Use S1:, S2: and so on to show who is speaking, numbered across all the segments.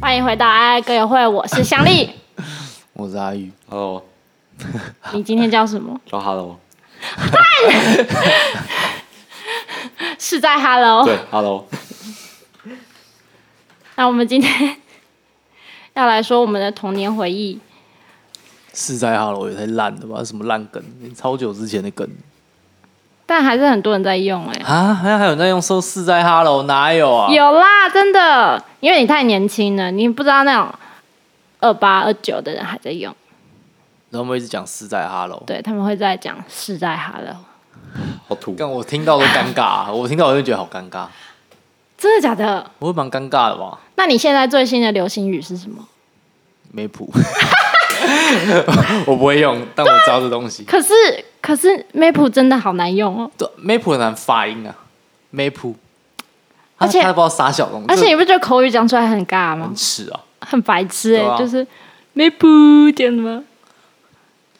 S1: 欢迎回到爱爱歌友会，我是香 丽。
S2: 我是阿玉，
S3: Hello，
S1: 你今天叫什么？
S3: 然后 Hello，
S1: 是在 Hello。
S3: 对 Hello，
S1: 那我们今天要来说我们的童年回忆。
S2: 是在哈喽也太烂了吧？什么烂梗，超久之前的梗
S1: 但还是很多人在用哎、
S2: 啊！还还有人在用说是在哈喽，哪有啊？
S1: 有啦，真的，因为你太年轻了，你不知道那种二八二九的人还在用，
S2: 然后我们一直讲是在哈喽，
S1: 对他们会在讲是在 Hello，
S3: 好土，
S2: 但我听到都尴尬、啊 我听到我就觉得好尴尬，
S1: 真的假的？
S2: 我会蛮尴尬的吧？
S1: 那你现在最新的流行语是什么？
S2: 没谱， 我不会用，但我知道这东西。
S1: 可是可是 Map 真的好难用哦，
S2: 对，没谱很难发音啊，没谱，
S1: 而且
S2: 他不知道啥小东西，
S1: 而且你
S2: 这
S1: 不觉得口语讲出来很尬吗
S2: 很？耻啊！
S1: 很白痴哎、
S2: 对啊
S1: 就是 Map 这样的吗？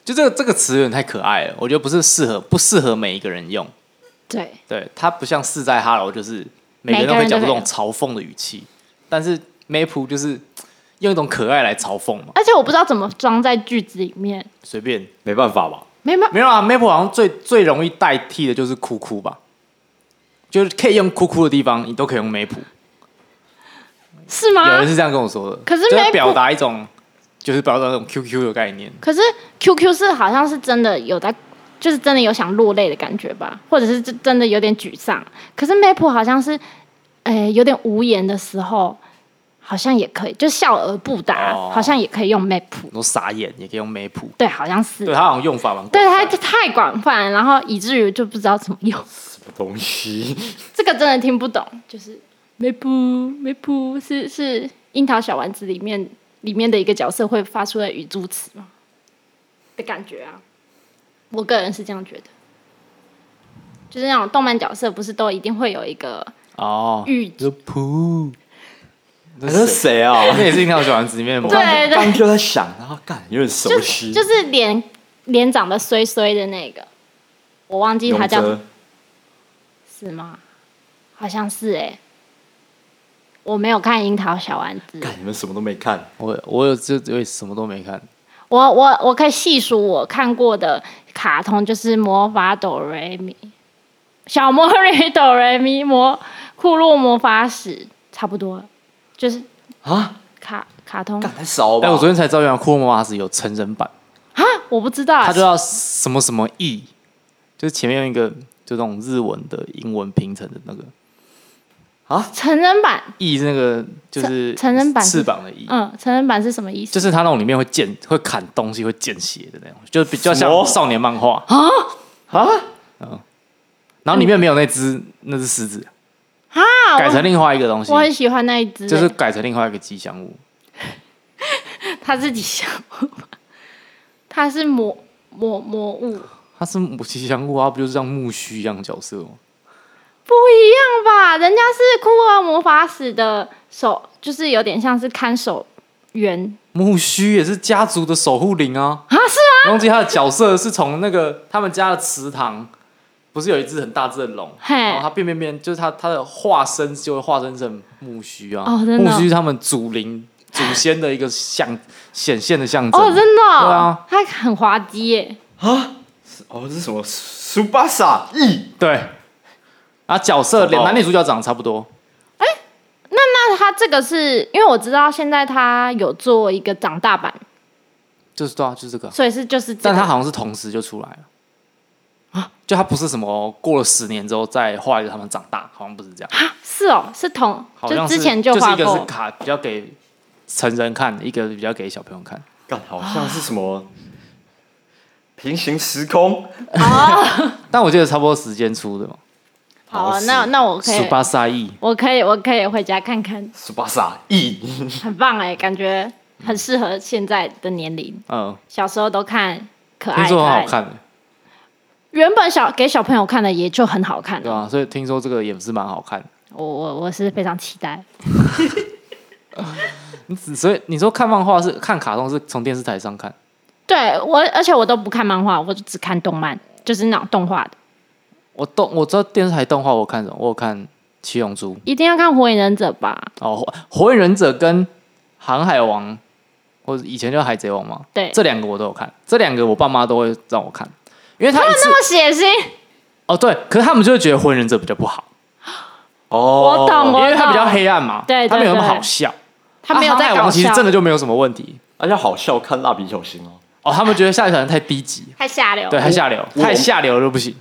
S2: 就这个这个词有点太可爱了，我觉得不是适合，不适合每一个人用。
S1: 对，
S2: 对，它不像是在哈喽，就是每个人都
S1: 每个
S2: 会
S1: 人
S2: 讲
S1: 都
S2: 这
S1: 可以
S2: 种嘲讽的语气，但是 map 就是用一种可爱来嘲讽嘛，
S1: 而且我不知道怎么装在句子里面，
S2: 随便。
S3: 没办法吧？
S1: 没有
S2: 没有啊，map 好像最最容易代替的就是哭哭吧，就是可以用哭哭的地方，你都可以用 map。
S1: 是吗
S2: 有？人是这样跟我说的，
S1: 啊可是
S2: 就是
S1: map-
S2: 表达一种，就是表达那种 QQ 的概念。
S1: 可是 QQ 是好像是真的有在，就是真的有想落泪的感觉吧，或者是真真的有点沮丧。可是 Map 好像是，诶、有点无言的时候，好像也可以，就笑而不答，
S2: 哦
S1: 好像也可以用 Map。
S2: 我傻眼也可以用 map，
S1: 对，好像是。
S2: 对它好像用法蛮
S1: 对，
S2: 广
S1: 它
S2: 泛的
S1: 太广泛，然后以至于就不知道怎么用，
S3: 什么东西？
S1: 这个真的听不懂。就是 Map Map 是是樱桃小丸子里面里面的一个角色会发出的语助词吗？的感觉啊，我个人是这样觉得。就是那种动漫角色，不是都一定会有一个
S2: 哦，
S1: 语？
S2: 就噗，
S3: 那是 谁 啊？
S2: 那也是《樱桃小丸子》里面的某
S1: 对
S3: 刚
S1: 对，
S3: 就在想，然后干有点熟
S1: 就
S3: 悉，
S1: 就是脸脸长得衰衰的那个，我忘记他
S3: 永
S1: 叫
S3: 泽
S1: 是吗？好像是哎、我没有看《樱桃小丸子》，
S3: 干你们什么都没看，
S2: 我我有就有什么都没看，
S1: 我我我可以细数我看过的卡通，就是《魔法哆瑞咪》、《小魔女哆瑞咪》、《魔库洛魔法使》，差不多了，就是
S3: 啊
S1: 卡卡通
S3: 干太少了吧？
S2: 哎但我昨天才知道，原来《库洛魔法使》有成人版，
S1: 啊，我不知道欸，
S2: 它就叫什么什么意，就是前面用一个就那种日文的英文拼成的那个
S1: 成人版，
S2: 意是那个就是
S1: 成成人版是
S2: 翅膀的翼，
S1: 嗯，成人版是什么意思？
S2: 就是它那种里面会溅会砍东西会溅血的那种，就比较像
S3: 什么
S2: 少年漫画。嗯
S3: 啊，
S2: 然后里面没有那只那只狮子，
S1: 啊，
S2: 改成
S1: 我
S2: 另外一个东西
S1: 我，很喜欢那一只欸，
S2: 就是改成另外一个吉祥物。
S1: 他自己想， 他是魔魔魔物，
S2: 它是吉祥物啊，不就是像木须一样的角色吗？
S1: 不一样吧？人家是库洛魔法使的手，就是有点像是看守员
S2: 木须也是家族的守护灵啊。
S1: 啊，是吗？
S2: 我忘记他的角色是从那个他们家的池塘，不是有一只很大只的龙，
S1: 嘿
S2: 然后它变变变，就是它它的化身就会化身成木须啊，
S1: 哦真的哦
S2: 木须是他们祖灵祖先的一个象显现的象征。
S1: 哦，真的、哦，
S2: 对啊，
S1: 他很滑稽耶，
S3: 哦这是什么苏巴萨意？
S2: 对。啊，角色
S3: 好不好
S2: 男女主角长得差不多，
S1: 那他这个是因为我知道现在他有做一个长大版，
S2: 就是对啊，就是这个。
S1: 所以是就是、这
S2: 但
S1: 个，
S2: 他好像是同时就出来了啊，就他不是什么过了十年之后再画一个他们长大，好像不是这样。
S1: 是哦，是同
S2: 好
S1: 就
S2: 像
S1: 之
S2: 是
S1: 前
S2: 就是
S1: 画
S2: 一个是
S1: 过，
S2: 卡比较给成人看，一个比较给小朋友看。
S3: 干好像是什么平行时空？
S2: 但我记得差不多时间出的嘛，
S1: 好啊，
S3: 是
S1: 那那我可以
S2: 十，八沙亿，
S1: 我可以，我可以回家看看，
S3: 苏巴萨意，
S1: 很棒哎，感觉很适合现在的年龄。
S2: 嗯，
S1: 小时候都看可爱，
S2: 听说很好
S1: 可爱。
S2: 看，
S1: 原本小给小朋友看的也就很好看
S2: 对啊
S1: 了。
S2: 吧、所以听说这个也是蛮好看的。
S1: 我我我是非常期待。
S2: 你只所以你说看漫画是看卡通是从电视台上看，
S1: 对我，而且我都不看漫画，我就只看动漫，就是那种动画的。
S2: 我动我知道电视台动画我看什么，我有看《七龙珠》
S1: 一定要看《火影忍者》吧？
S2: 哦，火《火影忍者》跟《航海王》，或者以前叫《海贼王》嘛，
S1: 对
S2: 这两个我都有看，这两个我爸妈都会让我看，因为他一次
S1: 那么血腥，
S2: 哦对，可是他们就会觉得《火影忍者》比较不好，
S3: 哦，
S1: 我懂
S2: 因
S1: 我
S2: 为它比较黑暗嘛，
S1: 对对
S2: 它没有那么
S1: 对
S2: 好笑，
S1: 他没有
S2: 啊航
S1: 在
S2: 海
S1: 搞
S2: 王其实
S1: 笑，
S2: 真的就没有什么问题
S3: 而且哎好笑，看蜡笔小新哦，
S2: 哦，他们觉得下一场太低级，
S1: 太下流。
S2: 对，太下流，
S3: 我
S2: 太下流就不行。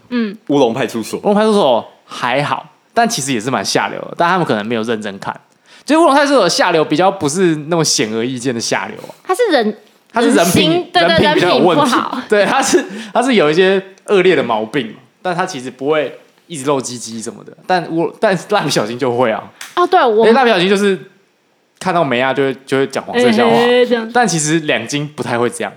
S3: 乌龙派出所
S2: 乌龙派出所还好，但其实也是蛮下流的，但他们可能没有认真看。就是乌龙派出所的下流比较不是那么显而易见的下流啊，
S1: 他是人，
S2: 他是人品
S1: 心对对
S2: 品比较
S1: 人
S2: 有
S1: 品不
S2: 问题
S1: 好，
S2: 对，他是他是有一些恶劣的毛病嘛，但他其实不会一直露鸡鸡什么的，但我但是蜡笔小新就会啊，
S1: 哦，对
S2: 因
S1: 我
S2: 为蜡笔小新就是看到梅亚就会就会讲黄色笑话，
S1: 哎这样
S2: 但其实两金不太会这样，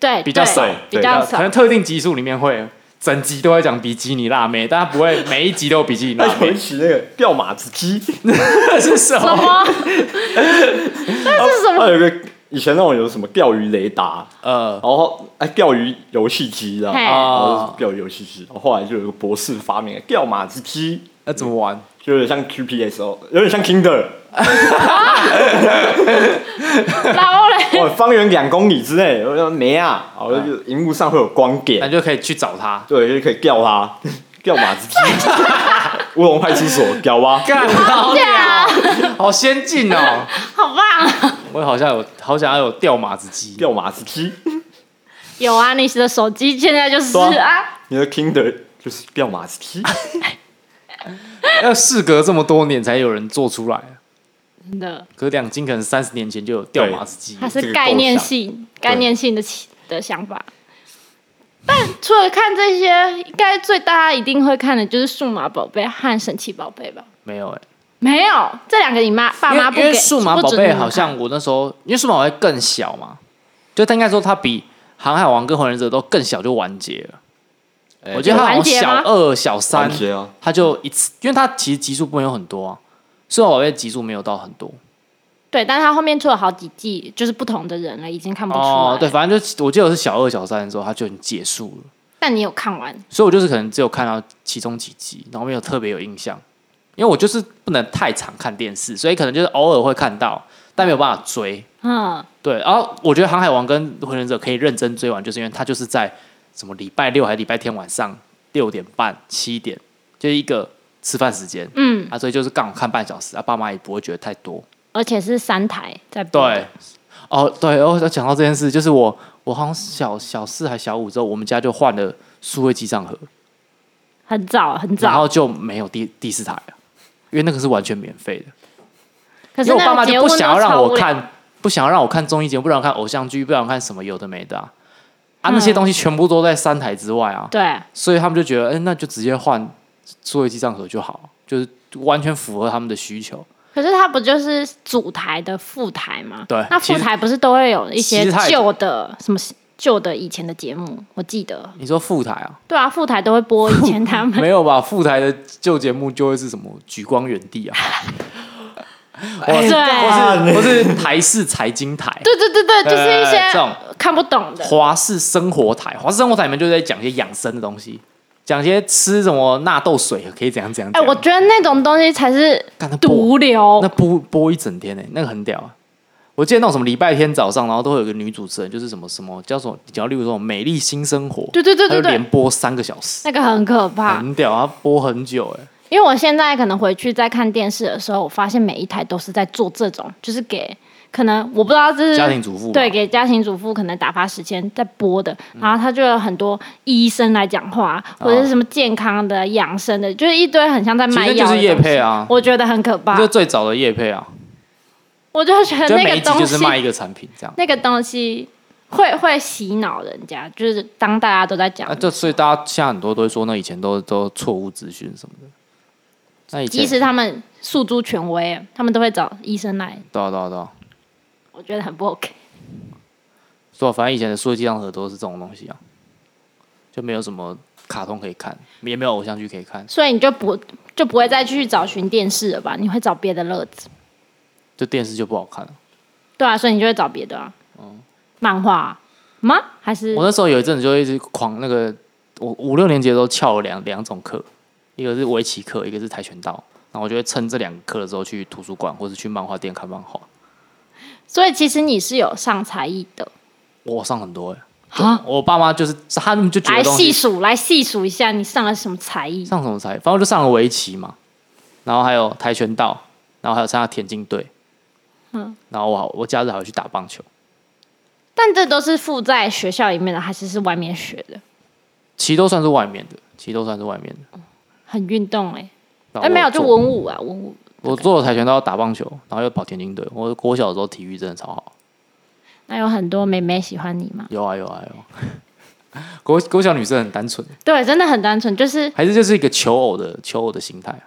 S1: 对
S2: 比较
S1: 对
S2: 少
S1: 比
S3: 对
S1: 较
S2: 可
S1: 少
S2: 能。特定集数里面会。整集都在讲比基尼辣妹，但他不会每一集都有比基尼辣
S3: 那 有
S2: 妹
S3: 一，起那个掉马子 鸡，
S2: 是什
S1: 什 么？那是什么？
S2: 哦
S3: 还有一个以前那种有什么钓鱼雷达，
S2: 呃
S3: 然后哎钓鱼游戏机啊，
S1: 嘿
S3: 然后
S2: 啊，
S3: 钓鱼游戏机，然后后来就有个博士发明了钓马子鸡，
S2: 那怎么玩？
S3: 就有点像 GPS 哦，有点像 Kinder，
S1: 然后嘞，
S3: 哦，方圆两公里之内，我说没啊，然后就荧幕上会有光
S2: 那
S1: 哎
S3: 点，
S2: 就可以去找他。
S3: 对，就可以钓它， 钓马子鸡，乌龙派出所钓蛙，
S2: 干，好屌，好先进哦！
S1: 好棒啊！
S2: 我好像有，好想要有掉马子机。
S3: 钓马子鸡，
S1: 有啊，你的手机现在就是
S3: 对
S1: 啊，
S3: 你的 Kinder 就是钓马子鸡，
S2: 要事隔这么多年才有人做出来，
S1: 真的，
S2: 可是两金可能三十年前就有掉马子机
S1: 它。
S3: 这
S1: 是
S3: 个
S1: 概
S3: 构
S1: 念
S3: 想
S1: 性、概念性的起的想法。但除了看这些，应该最大家一定会看的就是《数码宝贝》和《神奇宝贝》吧？
S2: 没有哎、
S1: 没有，这两个你妈爸
S2: 因
S1: 妈
S2: 为
S1: 不
S2: 因为
S1: 给。
S2: 数码宝
S1: 不准你
S2: 贝
S1: 们
S2: 好像我那时候，因为数码宝贝更小嘛，就他应该说它比航海王跟火影忍者都更小就完结了。 我觉得它好
S1: 有完
S2: 像
S1: 结
S2: 小
S1: 吗
S2: 二、小三
S3: 番茄啊，
S2: 他就一次，因为他其实集数没有很多啊，数码宝贝集数没有到很多
S1: 看对，但是他后面出了好几季，就是不同的人了，已经看不出来。
S2: 哦，对，，反正就我记得我是小二、小三的时候，他就已经结束了，
S1: 但你有看完？
S2: 所以我就是可能只有看到其中几集，然后没有特别有印象，因为我就是不能太常看电视，所以可能就是偶尔会看到，但没有办法追。
S1: 嗯，
S2: 对，然后我觉得《航海王》跟《火影忍者》可以认真追完，就是因为它就是在什么礼拜六还是礼拜天晚上六点半、七点，就是一个吃饭时间，
S1: 嗯，
S2: 啊，所以就是刚好看半小时，啊，爸妈也不会觉得太多。
S1: 而且是三台在播。
S2: 对，，哦，对，我想讲到这件事，就是我我好像小小四还小五之后，我们家就换了数位机上盒，
S1: 很早很
S2: 然后
S1: 早。
S2: 就没有第第四台了，因为那个是完全免费的，
S1: 可
S2: 因
S1: 是
S2: 为我爸
S1: 那
S2: 妈
S1: 个节
S2: 就
S1: 目
S2: 不想要让
S1: 都超无
S2: 我
S1: 聊，
S2: 看，不想要让我看综艺节目，不想看偶像剧，不想看什么有的没的啊，啊那些东西全部都在三台之外啊，
S1: 嗯对，
S2: 所以他们就觉得，哎，那就直接换数位机上盒就好，就是完全符合他们的需求。
S1: 可是它不就是主台的副台吗？
S2: 对
S1: 那
S2: 其
S1: 副
S2: 实
S1: 台不是都会有一些
S2: 其实它也
S1: 旧的什么旧的以前的节目？我记得，
S2: 你说副台啊？
S1: 对啊，副台都会播以前他 们
S2: 没有吧？副台的旧节目就会是什么《举光远 地》啊，
S1: 对
S2: 或是或是台式财经台、
S1: 对对对对，就是一些
S2: 呃这种
S1: 看不懂的。
S2: 华式生活台、华式生活台里面就在讲一些养生的东西，讲一些吃什么纳豆水可以怎样怎样
S1: 哎、
S2: 怎样。
S1: 我哦觉得那种东西才是
S2: 干那播
S1: 毒瘤
S2: 那。播播一整天呢、那个很屌啊！我记得那种什么礼拜天早上，然后都会有个女主持人，就是什么什么叫什么，叫例如说美丽新生活，
S1: 对对对
S2: 她
S1: 对
S2: 就
S1: 对
S2: 连播三个小时，
S1: 那个很可怕，
S2: 很屌啊，她播很久哎、
S1: 因为我现在可能回去再看电视的时候，我发现每一台都是在做这种，就是给可能我不知道这是
S2: 家庭主妇吧啊嗯
S1: 对，给家庭主妇可能打发时间在播的，然后他就有很多医生来讲
S2: 啊
S1: 话，或者是什么健康的、养生的，就是一堆很像在
S2: 其
S1: 卖
S2: 实
S1: 药的东
S2: 那就是
S1: 西。
S2: 叶配啊，
S1: 我觉得很可怕
S2: 这，是最早的叶配啊，
S1: 我就觉得
S2: 就
S1: 那
S2: 每一
S1: 个
S2: 集
S1: 东
S2: 就是
S1: 西，
S2: 卖一个产品这样。
S1: 那个东西会会洗脑人家，就是当大家都在讲
S2: 那，就所以大家现在很多都会说，那以前都都错误资讯什么的。那以前
S1: 即使他们诉诸权威，他们都会找医生来，
S2: 对啊对啊对啊，
S1: 我觉得很不 OK。
S2: 对啊，反正以前的数据上盒都是这种东西啊，就没有什么卡通可以看，也没有偶像剧可以看。
S1: 所以你就不就不会再去找寻电视了吧？你会找别的乐子。
S2: 就电视就不好看了。
S1: 对啊，所以你就会找别的啊，漫画啊吗？还是
S2: 哦我那时候有一阵子就一直狂那个，我五六年级的时候翘了两两种课，一个是围棋课，一个是跆拳道。然后我就会趁这两个课的时候去图书馆或者去漫画店看漫画。
S1: 所以其实你是有上才艺的
S2: 我上很多哎、
S1: 啊。
S2: 我爸妈就是他们就觉
S1: 来
S2: 得东西
S1: 细数，来细数一下你上了什么才艺？
S2: 上什么才，反正我就上了围棋嘛，然后还有跆拳道，然后还有参加田径队，嗯，然后我好我假日还会去打棒球。
S1: 但这都是附在学校里面的，还是是外面学的？
S2: 棋都算是外面的，棋都算是外面的。
S1: 很运动哎、
S2: 但
S1: 哎没有，就文武啊，文武。
S2: 我做了跆拳道、打棒球，然后又跑田径队。我国小的时候体育真的超好，
S1: 那有很多妹妹喜欢你吗？
S2: 有啊有啊有啊。 国国小女生很单纯，
S1: 对，真的很单纯，就是
S2: 还是就是一个求偶的求偶的心态啊。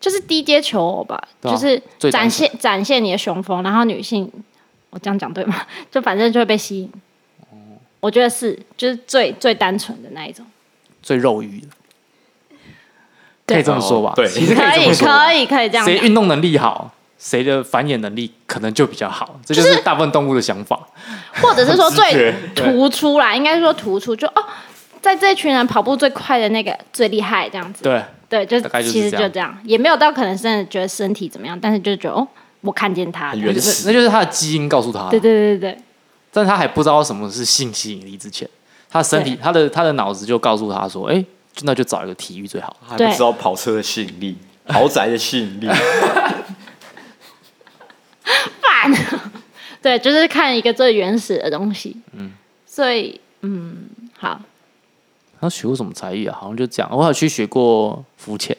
S1: 就是低阶求偶吧，
S2: 对啊
S1: 就是
S2: 最单
S1: 展现展现你的雄风，然后女性，我这样讲对吗？就反正就会被吸引。我觉得是，就是最最单纯的那一种。
S2: 最肉欲的，
S1: 对
S2: 可以这么说吧？
S3: 对
S2: 其实可以
S1: 可
S2: 这么
S1: 以
S2: 说吧。
S1: 可以可以这样
S2: 谁
S1: 讲，
S2: 运动能力好，谁的繁衍能力可能就比较好，这就是大部分动物的想法。
S1: 或者是说
S3: 直觉
S1: 最突出啦，应该说突出，就哦，在这群人跑步最快的那个最厉害，这样子。
S2: 对，
S1: 对，就
S2: 大概就是
S1: 其实
S2: 这样
S1: 就这样，也没有到可能真的觉得身体怎么样，但是就觉得哦，我看见他了。
S3: 很
S2: 那
S3: 原
S2: 就
S3: 始
S2: 是那就是他的基因告诉他，
S1: 对对对对
S2: 但他还不知道什么是性吸引力之前，他身体
S1: 对
S2: 他的他的脑子就告诉他说，哎、那就找一个体育最好。
S3: 还不
S1: 对
S3: 知道跑车的吸 引力、豪宅的吸引力，
S1: 对，烦。对，就是看一个最原始的东西。嗯，所以嗯，好，
S2: 他学过什么才艺啊？好像就这样。我还有去学过浮潜，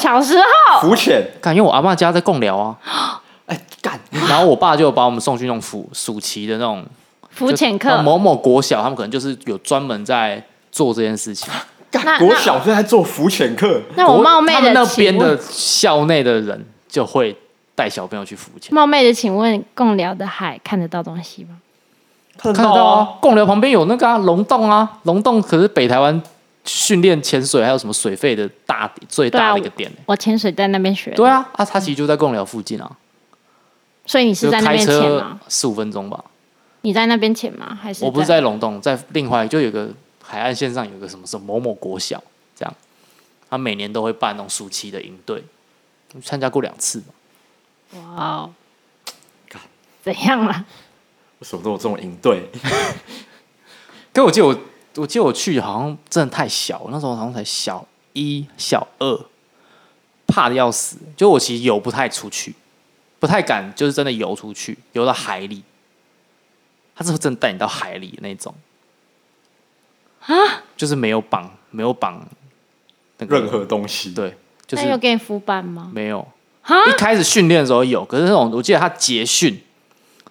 S1: 小时候
S3: 浮潜，
S2: 看因为我阿嬷家在贡寮啊，
S3: 哎，干，
S2: 然后我爸就把我们送去那种暑暑期的那种
S1: 浮潜
S2: 就
S1: 课，
S2: 某某国小，他们可能就是有专门在做这件事情。
S1: 那
S3: 干，国小现在做浮潜课，
S1: 那我冒昧
S2: 他们
S1: 的
S2: 那边
S1: 请问，
S2: 的校内的人就会带小朋友去浮潜，
S1: 冒昧的请问，共聊的海看得到东西吗？
S3: 看
S2: 看得到啊，，贡寮旁边有那个啊龙洞啊，龙洞可是北台湾训练潜水还有什么水费的大最
S1: 对
S2: 大
S1: 啊
S2: 的一个点、欸。
S1: 我潜水在那边学的，
S2: 对啊，啊，他其实就在贡寮附近啊，
S1: 所以你是
S2: 就
S1: 在那
S2: 开
S1: 边潜
S2: 车
S1: 吗？
S2: 十五分钟吧。
S1: 你在那边潜吗？还是
S2: 我不是在龙洞，在另外就有个海岸线上有个什么什么某某国小这样，他每年都会办那种暑期的营队，我参加过两次嘛。
S1: 哇哦，怎样啊啦？
S3: 为什么都有这种营 队？
S2: 跟我记得我，我记得我去好像真的太小，那时候好像才小一、小二，怕的要死。就我其实游不太出去，不太敢，就是真的游出去，游到海里。他是真的带你到海里的那种啊，就是没有绑，没有绑那个
S3: 任何东西，
S2: 对，就
S1: 那有
S2: 是
S1: 给你浮板吗？
S2: 没有。
S1: 啊，
S2: 一开始训练的时候有，可是那种我记得他结训，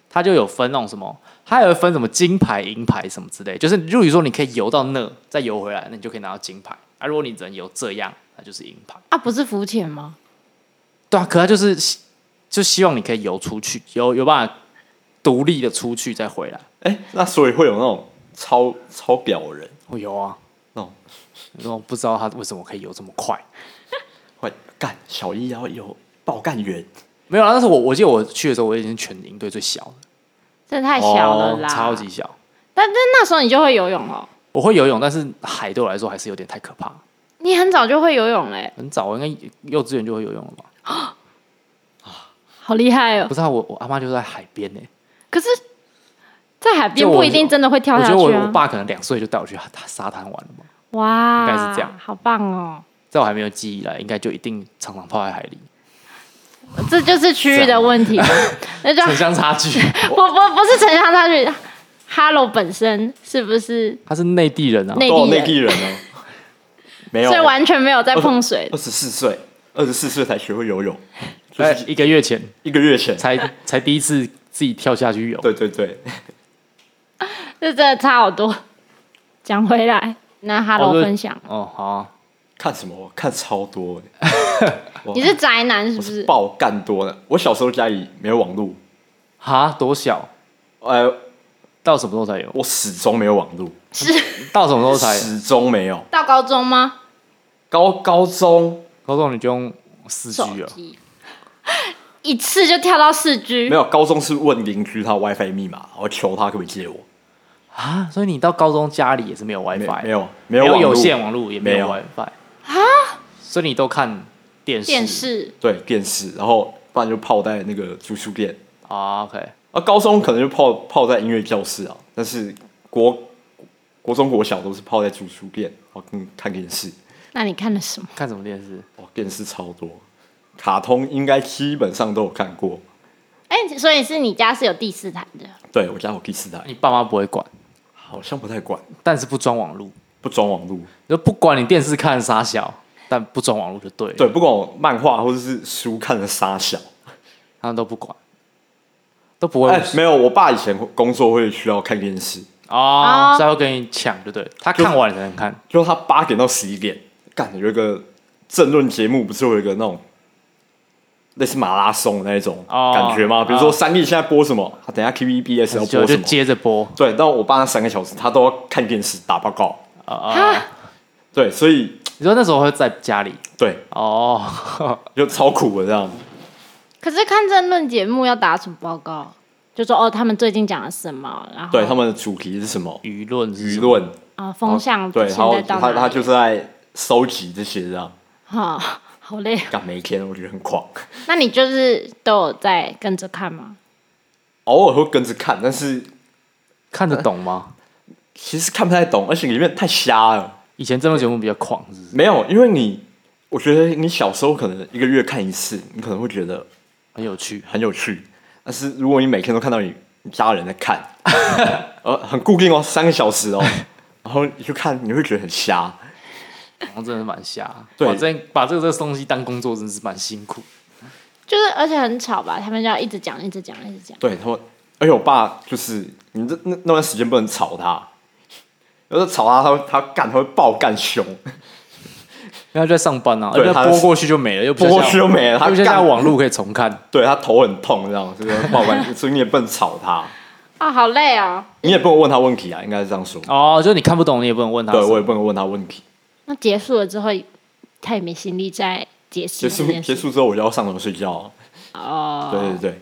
S2: 他就有分那种什么，他有分什么金牌、银牌什么之类，就是例如说你可以游到那，再游回来，那你就可以拿到金牌。啊，如果你只能游这样，那就是银牌。
S1: 啊，不是浮潜吗？
S2: 哦对啊，可他就是希就希望你可以游出去，游有办法独立的出去再回来。
S3: 哎，那所以会有那种超超表的人，
S2: 我游啊，
S3: 那种
S2: 然后不知道他为什么可以游这么快。
S3: 会干小一要有爆干员，
S2: 没有啊，但是我我记得我去的时候，我已经全营队最小了，哦
S1: 这太小了啦，
S2: 超级。小。
S1: 但但那时候你就会游泳哦了，
S2: 我会游泳，但是海对我来说还是有点太可怕。
S1: 你很早就会游泳欸嘞，
S2: 很早，我应该幼稚园就会游泳了吧？
S1: 好厉害哦
S2: 不！是啊，我我阿妈就在海边欸呢、
S1: 可是，在海边
S2: 就我
S1: 不一定真的会跳
S2: 我
S1: 下
S2: 觉得我
S1: 去
S2: 我
S1: 啊。
S2: 爸可能两岁就带我去沙沙滩玩了嘛，
S1: 哇，
S2: 应该是这样，
S1: 好棒哦！
S2: 在我还没有记忆来，应该就一定常常泡在海 里，
S1: 这就是区域的问题， 那 就
S2: 城乡差距。
S1: 不不不是城乡差距。Hello 本身是不是？
S2: 他是内地人啊，
S1: 内
S3: 都有
S1: 地人
S3: 内地人哦， 没有
S1: 所以，完全没有在碰水
S3: 二，十四岁，二十四岁才学会游泳，就
S2: 哎，
S3: 是
S2: 一个月前
S3: 一个月前，
S2: 才才第一次自己跳下去游。
S3: 对对对，
S1: 这真的差好多。讲回来，那
S2: 哦
S1: Hello
S2: 对
S1: 分享，
S2: 哦，好啊、
S3: 看什么看超多的，
S1: 你是宅男是
S3: 我
S1: 不
S3: 是
S1: 是？
S3: 爆干多的。我小时候家里没有网络，
S2: 哈，多小？
S3: 呃，
S2: 到什么时候才有？
S3: 我始终没有网络，
S1: 是
S2: 到什么时候才有？
S3: 始终没有。
S1: 到高中吗？
S3: 高高中
S2: 高中你就用四
S1: 手
S2: G 了，
S1: 机。一次就跳到四 G，
S3: 没有，高中是问邻居他 WiFi 密码，我求他可不可以借我，
S2: 啊，所以你到高中家里也是没有
S3: 没
S2: WiFi，
S3: 没有
S2: 没
S3: 没
S2: 有
S3: 网
S2: 有
S3: 路
S2: 线网络，也没有
S3: 没有
S2: WiFi 啊，所以你都看电视。
S1: 电视
S3: 对电视，然后不然就泡在那个图书店，
S2: 啊，OK，
S3: 啊，高中可能就泡泡在音乐教室啊，但是国国中国小都是泡在图书店，然后看哦看电视，
S1: 那你看了什么？
S2: 看什么电视？
S3: 哇，电视超多，卡通应该基本上都有看过，
S1: 哎、所以是你家是有第四台的，
S3: 对我家有第四台，
S2: 你爸妈不会管，
S3: 好像不太管，
S2: 但是不装网络，
S3: 不装网络，
S2: 就不管你电视看啥小，但不装网络就对了。
S3: 对，不管我漫画或者是书看的沙小，
S2: 他们都不管，都不会
S3: 哎、没有，我爸以前工作会需要看电视，
S2: 哦，
S1: 啊
S2: 所以他会跟你抢，对不对？他看完了才能看。
S3: 就他八点到十一点，干有一个政论节目，不是有一个那种类似马拉松的那一种
S2: 哦
S3: 感觉吗？比如说
S2: 哦
S3: 三立现在播什么，他等一下 TVBS 要
S2: 就就
S3: 播什么？
S2: 接着播
S3: 对，但我爸那三个小时他都要看电视打报告。
S2: 啊啊！
S3: 对，所以
S2: 你说那时候会在家里
S3: 对
S2: 哦，
S3: 就超苦的这样。
S1: 可是看政论节目要打什么报告？就说哦，他们最近讲了什么，然后
S3: 对，他们的主题是什么？
S2: 舆论是
S3: 舆
S2: 什么
S3: 论。
S1: 啊、风向
S3: 哦对，
S1: 现
S3: 然后
S1: 在到
S3: 他
S1: 哪
S3: 他
S1: 里
S3: 就是在收集这些这样。
S1: 啊、好累。
S3: 干每一天我觉得很狂，
S1: 那你就是都有在跟着看吗？
S3: 偶尔会跟着看，但是
S2: 看得懂吗？
S3: 其实看不太懂，而且里面太瞎了。
S2: 以前这种节目比较狂，是不是？
S3: 没有，因为你，我觉得你小时候可能一个月看一次，你可能会觉得
S2: 很有趣
S3: 很有趣。但是如果你每天都看到你家人在看， 呃，很固定哦，三个 小时哦，然后你去看，你会觉得很瞎。
S2: 好像真的蛮瞎。
S3: 对
S2: 把这把这个这个东西当工作，真的是蛮辛苦。
S1: 就是而且很吵吧，他们就要一直讲，一直讲，一直讲。
S3: 对他们，而且我爸就是你这那那段时间不能吵他，要是吵他，他会他干，他会爆干凶，
S2: 因为他就在上班啊，
S3: 对
S2: 而且
S3: 他
S2: 播过去就没了，又不像
S3: 播过去就没了他
S2: 又不像现在
S3: 干
S2: 网络可以重看。
S3: 对他头很痛，这样就是爆干， 所以你也不能吵他，
S1: 啊、好累哦。
S3: 你也不能问他问题啊，应该是这 样说。
S2: 哦，就是你看不懂，你也不能问他。
S3: 对，我也不能问他问题。
S1: 那结束了之后，他也没心力再解
S3: 结
S1: 释这
S3: 束
S1: 件
S3: 结
S1: 事。
S3: 束之后，我就要上床睡觉了。
S1: 哦，
S3: 对对对，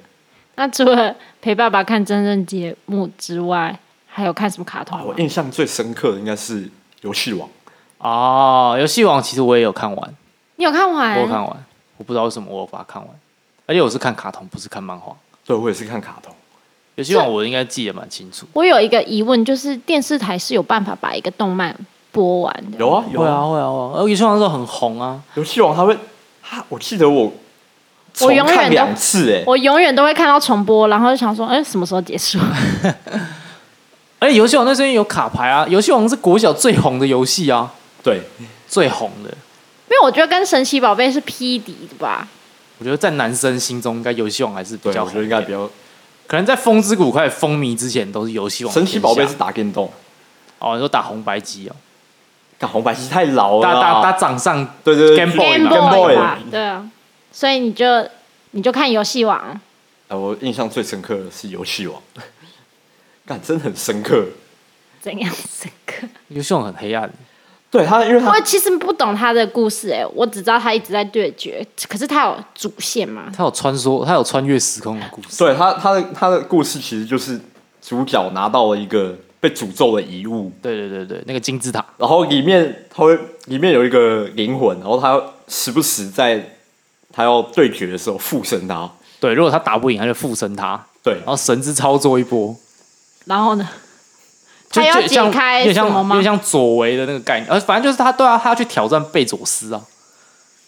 S1: 那除了陪爸爸看真人节目之外，还有看什么卡通
S3: 啊
S1: 吗
S3: 我印象最深刻的应该是游戏王，
S2: 哦，游戏王其实我也有看完，
S1: 你有看
S2: 我
S1: 完？
S2: 有看完，我不知道为什么我有把它看完，而且我是看卡通，不是看漫画。
S3: 对我也是看卡通，
S2: 游戏王我应该记得蛮清楚。
S1: 我有一个疑问，就是电视台是有办法把一个动漫播完的？
S3: 有啊有
S2: 会啊，会啊会啊，而游戏王那时候很红啊，
S3: 游戏王他会，他我记得我重
S1: 我永远都
S3: 看两次 哎、
S1: 我永远都会看到重播，然后就想说，哎、什么时候结束？
S2: 而哎且游戏王那时候有卡牌啊，游戏王是国小最红的游戏啊，
S3: 对，
S2: 最红的。
S1: 因为我觉得跟神奇宝贝是匹敌的吧。
S2: 我觉得在男生心中，应该游戏王还是比
S3: 对，
S2: 较
S3: 我觉
S2: 红
S3: 得应该比较
S2: 可能在《风之谷》开始风靡之前，都是游戏王的
S3: 神
S2: 天下。
S3: 奇宝贝是打电动，
S2: 哦，你说打红白机哦，
S3: 干红白机太老了
S2: 打打
S3: 啦，
S2: 打掌上
S3: 对对对
S2: Game Boy 嘛
S3: Game Boy
S1: 吧，对啊，所以你就你就看游戏王，
S3: 啊我印象最深刻的是游戏王， 干真的很深刻，
S1: 怎样深刻？
S2: 游戏王很黑暗，
S3: 对他因为他
S1: 我其实不懂他的故事、哎，我只知道他一直在对决，可是他有主线 嘛？
S2: 它有穿梭，它有穿越时空的故事。
S3: 对他他的他的故事其实就是主角拿到了一个被诅咒的遗物，
S2: 对对对对，那个金字塔
S3: 然后里面它会里面有一个灵魂，然后它时不时在它要对决的时候附身它。
S2: 对，如果他打不赢，他就附身他，
S3: 对
S2: 然，后神之操作一波，
S1: 然后呢？
S2: 就
S1: 他要
S2: 就
S1: 解
S2: 像
S1: 开
S2: 有点像
S1: 什么吗
S2: 有点像左为的那个概念，呃，反正就是他对啊，他要去挑战贝佐斯啊，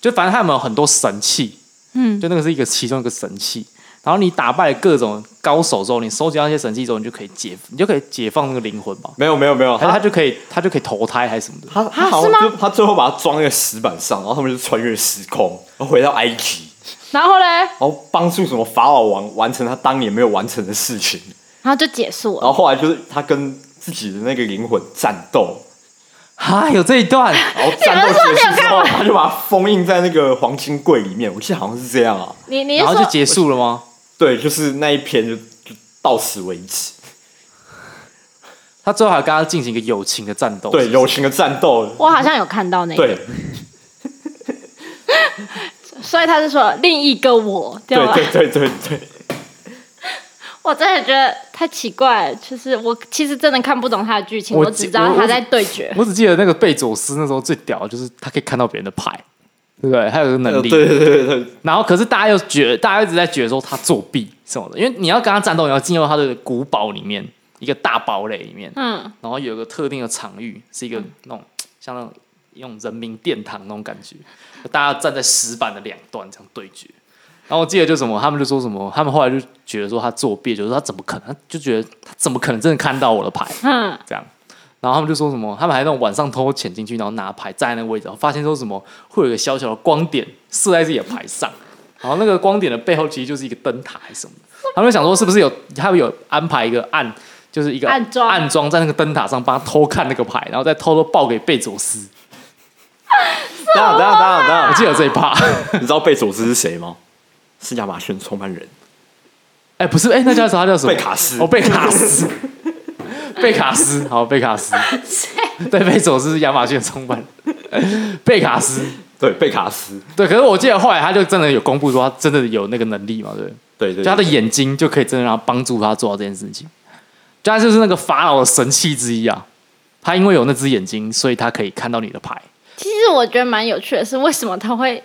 S2: 就反正他们有很多神器，嗯，就那个是一个其中一个神器。然后你打败了各种高手之后，你收集到那些神器之后，你就可以解，你就可以解放那个灵魂吧。
S3: 没有没有没有，
S2: 还是他
S3: 他
S2: 就可以，他就可以投胎还是什么的。
S3: 他他
S1: 啊
S3: 好
S1: 是吗
S3: 像就他最后把它装在一个石板上，然后他们就穿越时空，然后回到埃及，
S1: 然后嘞，
S3: 然后帮助什么法老王完成他当年没有完成的事情。
S1: 然后就结束
S3: 然后
S1: 了。
S3: 后来就是他跟自己的那个灵魂战斗，
S2: 啊，有这一段，
S3: 然后战斗结束之后，他就把它封印在那个黄金柜里面。我记得好像是这样啊，
S1: 你 你是
S2: 然后就
S1: 说
S2: 结束了吗？
S3: 对，就是那一篇就就到此为止。
S2: 他最后还跟他进行一个友情的战斗。
S3: 对，友情的战斗，
S1: 我好像有看到那个，
S3: 对，
S1: 所以他是说另一个我，对
S3: 对
S1: 吧？
S3: 对对对对，
S1: 我真的觉得太奇怪了，就是我其实真的看不懂他的剧情，
S2: 我
S1: 我只知道他在对决。
S2: 我只记得那个贝佐斯那时候最屌，就是他可以看到别人的牌，对不对？他有这个能
S3: 呃
S2: 力。
S3: 对对对对，
S2: 然后可是大家又觉大家一直在觉得说他作弊什么的，因为你要跟他战斗，你要进入他的古堡里面，一个大堡垒里面，
S1: 嗯，
S2: 然后有一个特定的场域，是一个那种像那种用人民殿堂那种感觉， 大家站在石板的两端这样对决。然后我记得就什么，他们就说什么，他们后来就觉得说他作弊，就是他怎么可能，就觉得他怎么可能真的看到我的牌？
S1: 嗯，
S2: 这样。然后他们就说什么，他们还那种晚上偷偷潜进去，然后拿牌站在那个位置，然后发现说什么会有一个小小的光点射在自己的牌上，然后那个光点的背后其实就是一个灯塔还是什么的。他们就想说是不是有他们有安排一个暗，就是一个
S1: 暗装
S2: 暗装在那个灯塔上帮他偷看那个牌，然后再偷偷报给贝佐斯。
S3: 等下等下等下
S2: 我
S3: 等
S2: 记得这一趴，
S3: 下，你知道贝佐斯是谁吗？是亚马逊创办人，
S2: 哎、不是，哎、那叫什么？他叫什么？
S3: 贝卡斯
S2: 哦，贝卡斯， 贝卡斯，好，贝卡斯， 对，贝佐斯是亚马逊的创办人，贝卡斯。
S3: 对，贝卡斯，
S2: 对，可是我记得后来他就真的有公布说他真的有那个能力嘛，对不对，
S3: 对对，
S2: 就他的
S3: 对
S2: 眼睛就可以真的让他帮助他做到这件事情，就他就是那个法老的神器之一啊。他因为有那只眼睛，所以他可以看到你的牌。
S1: 其实我觉得蛮有趣的是，为什么他会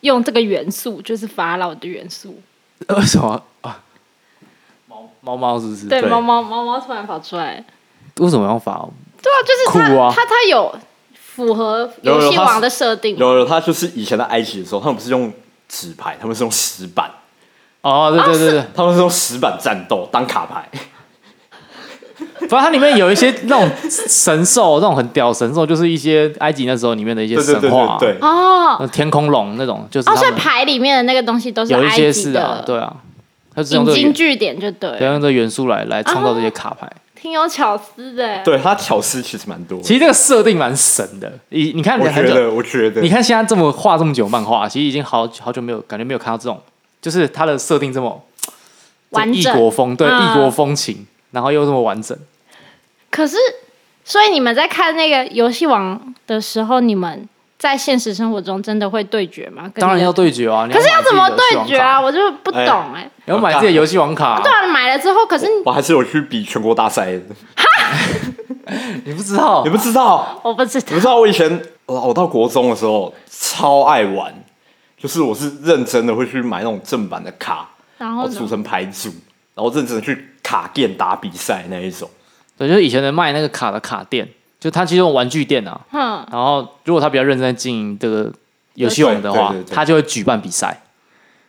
S1: 用这个元素，就是法老的元素？
S2: 呃 为什么啊？猫猫猫是不是？
S1: 对，
S3: 对
S1: 猫猫猫猫突然跑出来，
S2: 啊为什么要法老？
S1: 对啊，就是
S2: 酷
S1: 他
S2: 啊
S1: 他他有符合
S3: 有
S1: 游
S3: 有
S1: 戏
S3: 它是
S1: 王的设定，
S3: 有有，他就是以前在埃及的时候，他们不是用纸牌，他们是用石板，
S2: 哦，对对对
S3: 他们是用石板战斗当卡牌，
S2: 对，反正它里面有一些那种神兽，那种很屌的神兽，就是一些埃及那时候里面的一些
S3: 对对
S2: 神
S3: 对
S2: 话啊、
S3: 对对，
S1: 哦
S2: 呃天空龙那种，就是
S1: 哦，
S2: 他
S1: 所以
S2: 们
S1: 牌里面的那个东西都是
S2: 有一些
S1: 埃及
S2: 是啊，
S1: 的
S2: 对啊，他是用
S1: 引
S2: 这个
S1: 经
S2: 原
S1: 据典就对
S2: 对，
S1: 了，
S2: 用这个元素来来创造这
S1: 哦
S2: 些卡牌。
S1: 挺有巧思的。
S3: 对他巧思其实蛮多的。
S2: 其实这个设定蛮神的，你你看
S3: 我
S2: 很
S3: 觉
S2: 久，
S3: 得，我觉得
S2: 你，看现在这么画这么久漫画，其实已经好好久没有感觉没有看到这种，就是它的设定这么这
S1: 完
S2: 么异
S1: 整
S2: 国风，对
S1: 嗯
S2: 异国风情，然后又这么完整。
S1: 可是，所以你们在看那个游戏王的时候，你们在现实生活中真的会对决吗？跟你
S2: 当然要对决啊，你
S1: 可是要
S2: 买自
S1: 怎
S2: 己
S1: 么
S2: 的游戏
S1: 对
S2: 王
S1: 决
S2: 卡
S1: 啊？？我就不懂哎、
S2: 你要买自己的游戏王卡，
S1: 对啊，买了之后，可是
S3: 我还是有去比全国大赛的，
S2: 你不知道
S3: 你，不知道，
S1: 我 不知道
S3: 你不知道我以前呃我我到国中的时候超爱玩，就是我是认真的会去买那种正版的卡，
S1: 然
S3: 然
S1: 后
S3: 后
S1: 呢
S3: 组成牌组，然后认真的去卡店打比赛那一种。
S2: 对，就是以前的卖那个卡的卡店，就它其实用玩具店啊，
S1: 哼，
S2: 然后如果他比较认真经营这个游戏王的话
S3: 对对，对
S2: 他就会举办比赛。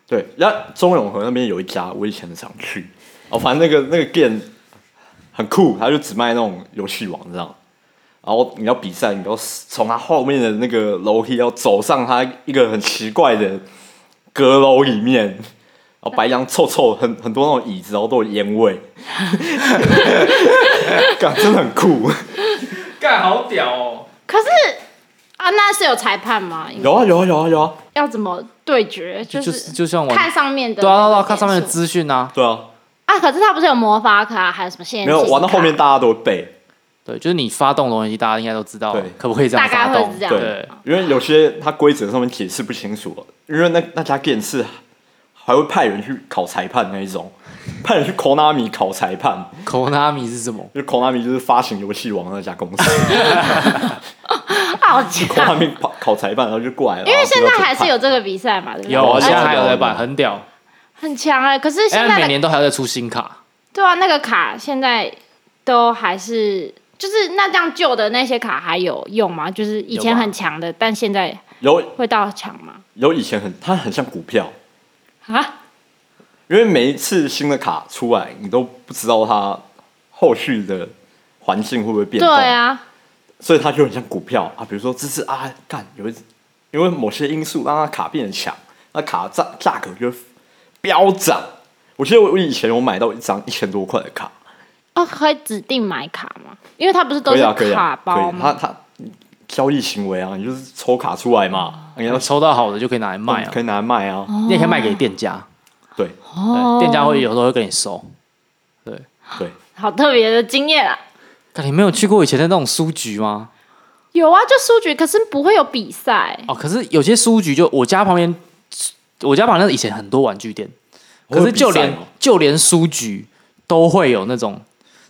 S3: 对，然后中永和那边有一家，我以前常去。哦，反正那个那个店很酷，他就只卖那种游戏王这样。然后你要比赛，你要从他后面的那个楼梯，要走上他一个很奇怪的阁楼里面，然后白羊臭臭，很很多那种椅子，然后都有烟味， 感真的很酷。
S2: 干好屌哦！
S1: 可是啊，那是有裁判吗？
S3: 有啊有啊有啊有啊，
S1: 要怎么对决？就
S2: 就是就像玩
S1: 看上面的
S2: 对
S1: 那
S2: 啊
S1: 个点数，
S2: 对啊对啊，看上面的资讯啊，
S3: 对啊，
S1: 啊。可是他不是有魔法卡，还有什么限
S3: 没有玩到后面大家都会背。
S2: 对，就是你发动的东西，大家应该都知道
S3: 对，
S2: 可不可以这样
S1: 大
S2: 发
S1: 概会
S2: 动？
S1: 是这样嗯
S2: 对
S3: 对，因为有些它规则上面解释不清楚，因为那那家店是还会派人去考裁判那一种，派人去 Konami 考裁判，
S2: ，Konami 是什么？
S3: 因为 Konami 就是发行游戏王的那家公 司
S1: 好强，
S3: ，Konami 考考裁判，然后就过来了。
S1: 因为现在
S3: 然后就要
S1: 还是
S3: 裁判
S1: 有这个比赛嘛，对不对？
S2: 有，
S3: 啊
S2: 现在还有在
S3: 有
S2: 办，
S3: 有
S2: 很屌。
S1: 很强哎、可是现
S2: 哎，
S1: 在
S2: 每
S1: 的
S2: 年都还要再出新卡，
S1: 对啊，那个卡现在都还是就是那这样旧的那些卡还有用吗？就是以前
S2: 有吧
S1: 很强的，但现在
S3: 有
S1: 会到强吗？
S3: 有以前很它很像股票，
S1: 啊，
S3: 因为每一次新的卡出来，你都不知道它后续的环境会不会变
S1: 对
S3: 动，
S1: 啊，
S3: 所以它就很像股票啊。比如说这次啊，干有一，因为某些因素让它卡变强，那卡价价格就会飙涨。我记得我我以前有买到一张一千多块的卡，
S1: 哦，可以指定买卡吗？因为它不是都
S3: 可以
S1: 是
S3: 啊，可以
S1: 卡
S3: 啊，可
S1: 包
S3: 以。
S1: 吗？
S3: 它它交易行为啊，你就是抽卡出来
S1: 哦
S3: 嘛，你要
S2: 你抽到好的就可以拿来卖啊
S3: 可，以拿来卖啊。
S2: 你也可以卖给店家，
S3: 对
S2: 对，
S1: 哦
S2: 店家会有时候会跟你收。对，
S3: 对，
S1: 好特别的经验啊！
S2: 看你没有去过以前的那种书局吗？
S1: 有啊，就书局，可是不会有比赛
S2: 哦，可是有些书局就我家旁边我家旁边以前很多玩具店，可
S3: 会
S2: 是
S3: 有比
S2: 就
S3: 赛哦
S2: 连
S3: 吗
S2: 就连书局都会有那种，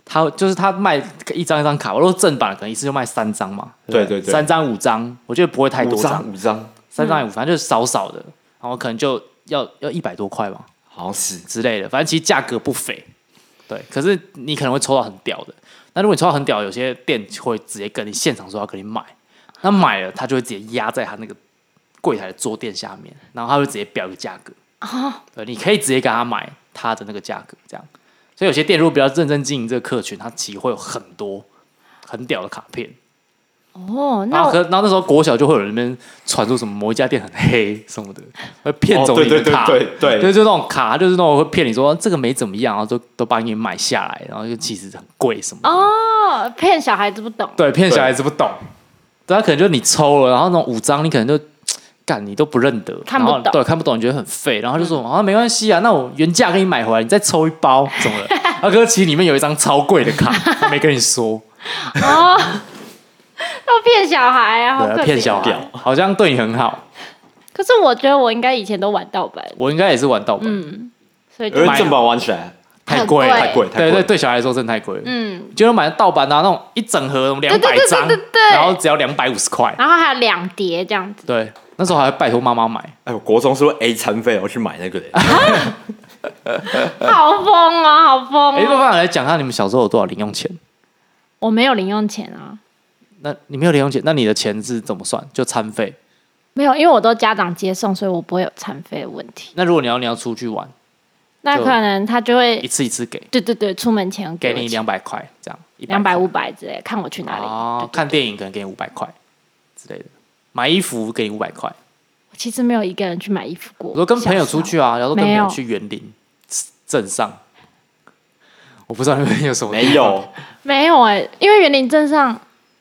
S2: 他就是他卖一张一张卡，如果正版的可能一次就卖三张嘛，
S3: 对
S2: 不
S3: 对对
S2: 三张五张，我觉得不会太
S3: 五
S2: 多
S3: 张嗯五张，
S2: 三张也五，反正就是少少的，然后可能就要要一百多块吧
S3: 好像是
S2: 之类的，反正其实价格不菲，对，可是你可能会抽到很屌的，那如果你抽到很屌的，有些店会直接跟你现场说要跟你买，那买了他就会直接压在他那个柜台的桌垫下面，然后他会直接标一个价格，对，你可以直接给他买他的那个价格这样，所以有些店如果比较认真经营这个客群，他其实会有很多很屌的卡片。
S1: 哦，
S2: 然
S1: 那
S2: 后
S1: 我
S2: 啊可，然后那时候国小就会有人在那边传出什么某一家店很黑什么的，会骗
S3: 哦
S2: 走
S3: 对
S2: 你的
S3: 对对
S2: 卡，
S3: 对对
S2: 就是那种卡，就是那种会骗你说这个没怎么样，然后都都把你买下来，然后就其实很贵什么的，
S1: 哦，骗小孩子不懂，
S2: 对，骗小孩子不懂，对，他可能就你抽了，然后那种五张你可能就干你都不认得，
S1: 看不
S2: 然后
S1: 懂
S2: 对，看不懂，你觉得很废，然后就说啊没关系啊，那我原价给你买回来，你再抽一包怎么了？啊，可是其实里面有一张超贵的卡，他没跟你说。
S1: 哦，都骗小孩啊，好可
S2: 对，
S1: 怜
S2: 骗小
S1: 哦
S2: 孩，好像对你很好。
S1: 可是我觉得我应该以前都玩盗版，
S2: 我应该也是玩盗版，
S1: 所以
S3: 因
S1: 就
S3: 为
S2: 买
S3: 哎正版玩起来
S2: 太
S1: 很贵
S2: 贵，
S3: 太贵太贵
S2: 对对，对小孩来说真的太贵了。
S1: 嗯，
S2: 就买盗版的、啊、那种一整盒两百张
S1: 对对对对对，
S2: 然后只要两百五十块。
S1: 然后还有两叠这样子，
S2: 对，那时候还拜托妈妈买，
S3: 哎，我国中是不是 A 餐费我去买那个的？
S1: 好疯啊，好疯、
S2: 没办
S1: 哦！
S2: 法来讲一下哎你们小时候有多少零用钱。
S1: 我没有零用钱啊，
S2: 那你没有零用钱，那你的钱是怎么算？就餐费。
S1: 没有，因为我都家长接送，所以我不会有残废的问题。
S2: 那如果你要你要出去玩，
S1: 那可能他就
S2: 一
S1: 会，
S2: 次一次给，
S1: 对对对，出门前
S2: 给
S1: 我
S2: 你
S1: 钱
S2: 两百块这样，100
S1: 两百
S2: 块
S1: 五百之类，看我去哪里。
S2: 哦，
S1: 对
S2: 看电影可能给你五百块之类的，买衣服给你五百块。
S1: 我其实没有一个人去买衣服过。
S2: 我说跟朋友出去啊，然后跟朋
S1: 没有
S2: 友去园林镇上，我不知道那边有什么地方
S3: 没有，
S1: 没有哎、因为园林镇上，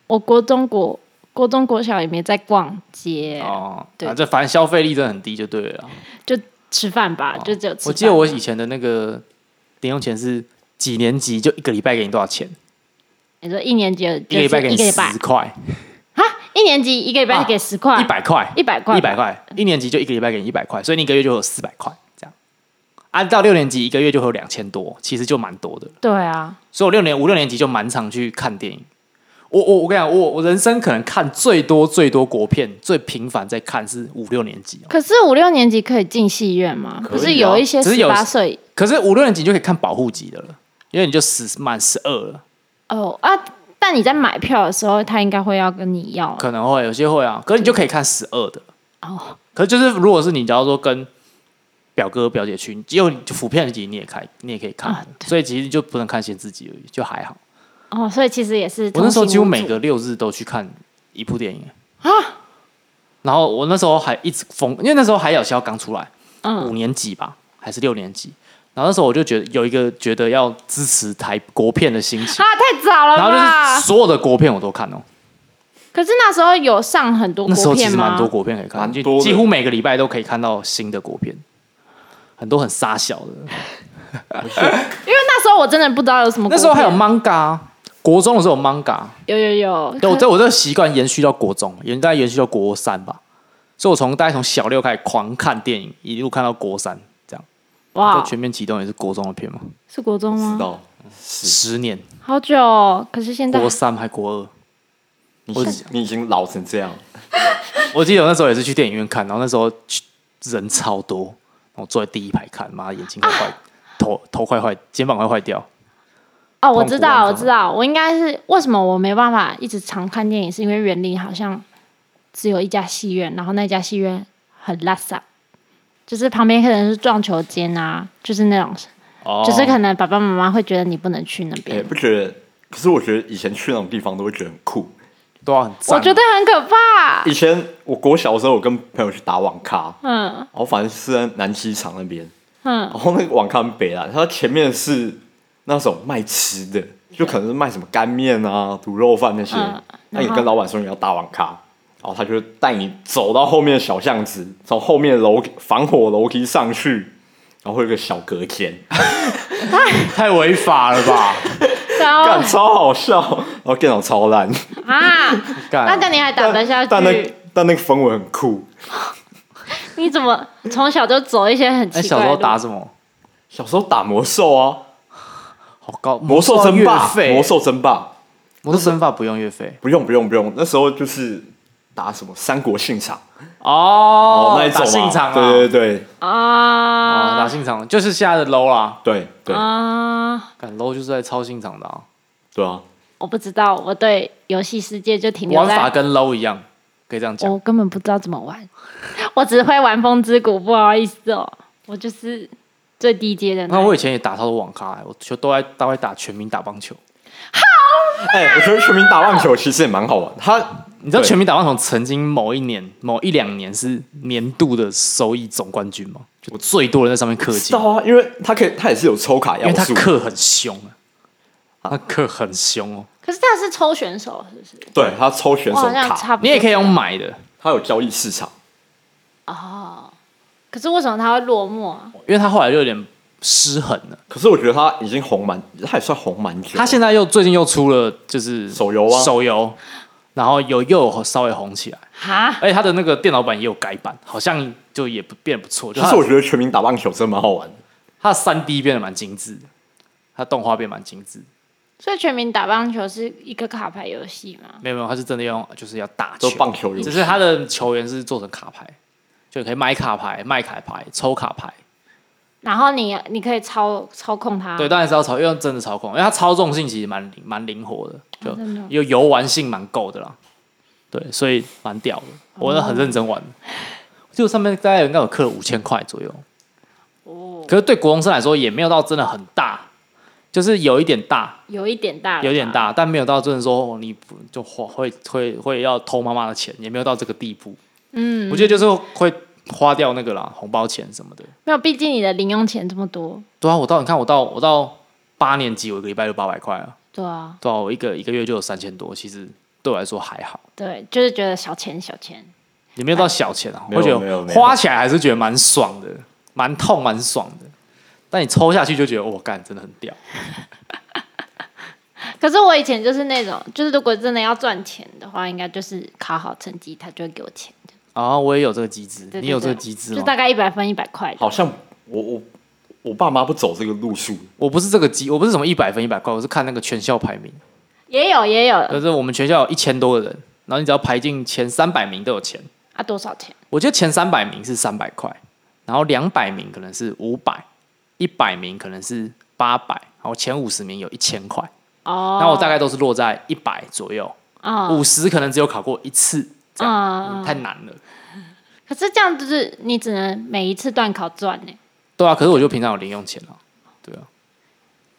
S1: 我国中国国中国小也没在逛街，
S2: 哦，
S1: 对
S2: 啊，这反正消费力真的很低就对了啦。啊
S1: 就吃饭吧，就只有吃饭。
S2: 哦
S1: 啊
S2: 我记得我以前的那个零用钱是几年级就一个礼拜给你多少钱，
S1: 你说一年级的就是
S2: 一个礼拜给
S1: 一
S2: 你
S1: 个礼拜
S2: 十块，
S1: 啊，一年级一个礼拜给十块，
S2: 啊一百块，
S1: 一百块吧，
S2: 一百块，一年级就一个礼拜给你一百块，所以你一个月就有四百块这样。按到六年级一个月就会有两千多，其实就蛮多的。
S1: 对啊，
S2: 所以我六年五六年级就蛮常去看电影。我我我跟你讲，我我人生可能看最多最多国片，最频繁在看是五六年级、哦。
S1: 可是五六年级可以进戏院吗？
S3: 可以啊
S1: 不是有一些
S2: 只是
S1: 十
S2: 有
S1: 八岁
S2: 可是五六年级你就可以看保护级的了，因为你就十满十二了，
S1: 哦啊，但你在买票的时候，他应该会要跟你要
S2: 可能会有些会啊。可是你就可以看十二的。
S1: 哦。
S2: 可是就是如果是你，假如说跟表哥表姐去，只有你普遍级你也看，你也可以看，
S1: 啊
S2: 所以其实就不能看限制级而已，就还好。
S1: 哦，所以其实也是
S2: 我那时候几乎每
S1: 同行无
S2: 个六日都去看一部电影啊，然后我那时候还一直疯，因为那时候海角七号刚出来，
S1: 嗯
S2: 五年级吧还是六年级，然后那时候我就觉得有一个觉得要支持台国片的心
S1: 助
S2: 情，
S1: 啊，太早了
S2: 然后
S1: 吧？
S2: 就是所有的国片我都看哦，
S1: 可是那时候有上很多
S2: 那时
S1: 国
S2: 候其
S1: 片
S2: 实
S1: 吗
S2: 蛮？多国片可以看，
S3: 蛮
S2: 就
S3: 多的
S2: 几乎每个礼拜都可以看到新的国片，很多很沙小的，
S1: 因为那时候我真的不知道有什么国片。
S2: 那时候还有 manga 啊。国中的时候有 manga，
S1: 有有有，
S2: 对我
S1: 可
S2: 这我这个习惯延续到国中，延大概延续到国三吧，所以我从大概从小六开始狂看电影，一路看到国三，这样。
S1: 哇
S2: 就全面启动也是国中的片嘛，
S1: 是国中
S3: 知
S1: 吗？
S3: 道是
S2: 十年，
S1: 好久哦，可是现在
S2: 国三还国二，
S3: 你
S2: 我
S3: 已经你已经老成这样，
S2: 我记得我那时候也是去电影院看，然后那时候去人超多，我坐在第一排看，妈眼睛快
S1: 啊
S2: 坏，头头快坏，肩膀快坏掉。
S1: 哦，我知道，
S2: 痛苦
S1: 我知道，我应该是为什么我没办法一直常看电影，是因为园林好像只有一家戏院，然后那家戏院很垃圾，就是旁边可能是撞球间啊，就是那种，
S2: 哦，
S1: 就是可能爸爸妈妈会觉得你不能去那
S3: 哎、
S1: 边，
S3: 不觉得？可是我觉得以前去那种地方都会觉得很酷。
S2: 对啊，很赞
S1: 我觉得很可 怕。
S3: 以前我国小的时候，我跟朋友去打网咖，
S1: 嗯
S3: 然后反正是在南机场那边，
S1: 嗯
S3: 然后那个网咖很北啦，它前面是那种卖吃的，就可能是卖什么干面啊、卤肉饭那些
S1: 嗯。
S3: 那你
S1: 然后
S3: 跟老板说你要打网咖，然后他就带你走到后面的小巷子，从后面楼防火楼梯上去，然后会有个小隔间，
S1: 哦
S2: 太违法了吧？
S1: 然后
S3: 干超好笑，然后电脑超烂，
S1: 啊，那
S2: 干
S1: 这样你还打
S3: 但
S1: 得下
S3: 但那
S1: 去？
S3: 但那个氛围很酷，
S1: 你怎么从小就走一些很
S2: 哎，
S1: 奇怪
S2: 小
S1: 的
S2: 时
S1: 路？
S2: 候打什么？
S3: 小时候打魔兽啊，
S2: 好高，
S3: 魔兽争霸
S2: 月，费
S3: 魔兽争霸，
S2: 魔兽争霸不用月费
S3: 不用不用不用，那时候就是打什么三国信长
S2: 哦
S3: 那一种
S2: 打
S3: 嘛
S2: 信场啊，
S3: 对对对
S2: 哦，打
S1: 啊
S2: 信场就是现在的 low 啦，
S3: 对对
S1: 啊！
S2: 敢 low 就是在抄信场的啊，
S3: 对啊，
S1: 我不知道，我对游戏世界就停留
S2: 玩
S1: 在
S2: 法跟 low 一样，可以这样讲。
S1: 我根本不知道怎么玩， 我只会玩风之谷，不好意思哦，我就是最低阶的
S2: 那
S1: 那一
S2: 我
S1: 个。
S2: 以前也打超多网咖、欸，我就都在都在打全民打棒球。
S3: 哎、我觉得全民打棒球其实也蛮好玩，他
S2: 你知道
S3: 对
S2: 全民打棒球曾经某一年、某一两年是年度的收益总冠军吗？就最多人在上面氪
S3: 知
S2: 金
S3: 道，啊，因为他可以他也是有抽卡
S2: 因为
S3: 要
S2: 他
S3: 素，
S2: 氪很凶啊，他氪很凶哦。
S1: 可是他是抽选手，是不是？
S3: 对他抽选
S1: 我
S3: 手
S1: 好像
S3: 卡，
S1: 差不多。
S2: 你也可以用买的，
S3: 他有交易市场，
S1: 哦。可是为什么他会落寞啊？
S2: 因为他后来就有点失衡了。
S3: 可是我觉得他已经红蛮，他也算红蛮久了，
S2: 他现在又最近又出了就是
S3: 手游啊
S2: 手游，然后有又有稍微红起来，
S1: 哈，
S2: 而且他的那个电脑版也有改版，好像就也不变得不错。就
S3: 其
S2: 他
S3: 实
S2: 的
S3: 我觉得全民打棒球真的蛮好玩的，
S2: 它的三 D 变得蛮精致的，它动画变蛮精致。
S1: 所以全民打棒球是一个卡牌游戏吗？
S2: 没有没有，它是真的用就是要打球
S3: 都，棒球游戏
S2: 只是它的球员是做成卡牌，就可以买卡牌、卖卡牌、抽卡牌。
S1: 然后你你可以操操控它，
S2: 对，当然是要操，因为真的操控，因为它操纵性其实蛮灵蛮灵哦活的，就有游玩性蛮够的啦。对，所以蛮屌的，我很认真玩的。就上面大概应该有氪了五千块左右，
S1: 哦，
S2: 可是对国中生来说也没有到真的很大，就是有一点大，
S1: 有一点大，
S2: 有点。大，但没有到真的说哦你不就花会会会要偷妈妈的钱，也没有到这个地步。嗯，我觉得就是会花掉那个啦，红包钱什么的。
S1: 没有，毕竟你的零用钱这么多，
S2: 对啊，我到你看我到我到八年级，我一个礼拜就八百块啊，
S1: 对啊，
S2: 对啊，我一个一个月就有三千多，其实对我来说还好，
S1: 对，就是觉得小钱小钱，
S2: 也没有到小钱啊，
S3: 没有
S2: 我觉
S3: 没有
S2: 得
S3: 没有
S2: 花起来还是觉得蛮爽的，蛮痛蛮爽的。但你抽下去就觉得，我、哦干真的很屌。
S1: 可是我以前就是那种，就是如果真的要赚钱的话，应该就是考好成绩，他就会给我钱。
S2: 啊，我也有这个机制，
S1: 对对
S2: 你有这个
S1: 对
S2: 机制
S1: 就
S2: 吗？
S1: 大概一百分一百块。
S3: 好像我我我爸妈不走这个路数，
S2: 我不是这个机，我不是什么一百分一百块，我是看那个全校排名。
S1: 也有也有
S2: 就是我们学校有一千多个人，然后你只要排进前三百名都有钱。
S1: 啊，多少钱？
S2: 我觉得前三百名是三百块，然后两百名可能是五百，一百名可能是八百，然后前五十名有一千块。
S1: 哦，
S2: 那我大概都是落在一百左右，
S1: 啊
S2: 五十可能只有考过一次，这样、
S1: 啊
S2: 嗯太难了。
S1: 可是这样就是你只能每一次段考赚呢、
S2: 对啊，可是我就平常有零用钱啊。对啊，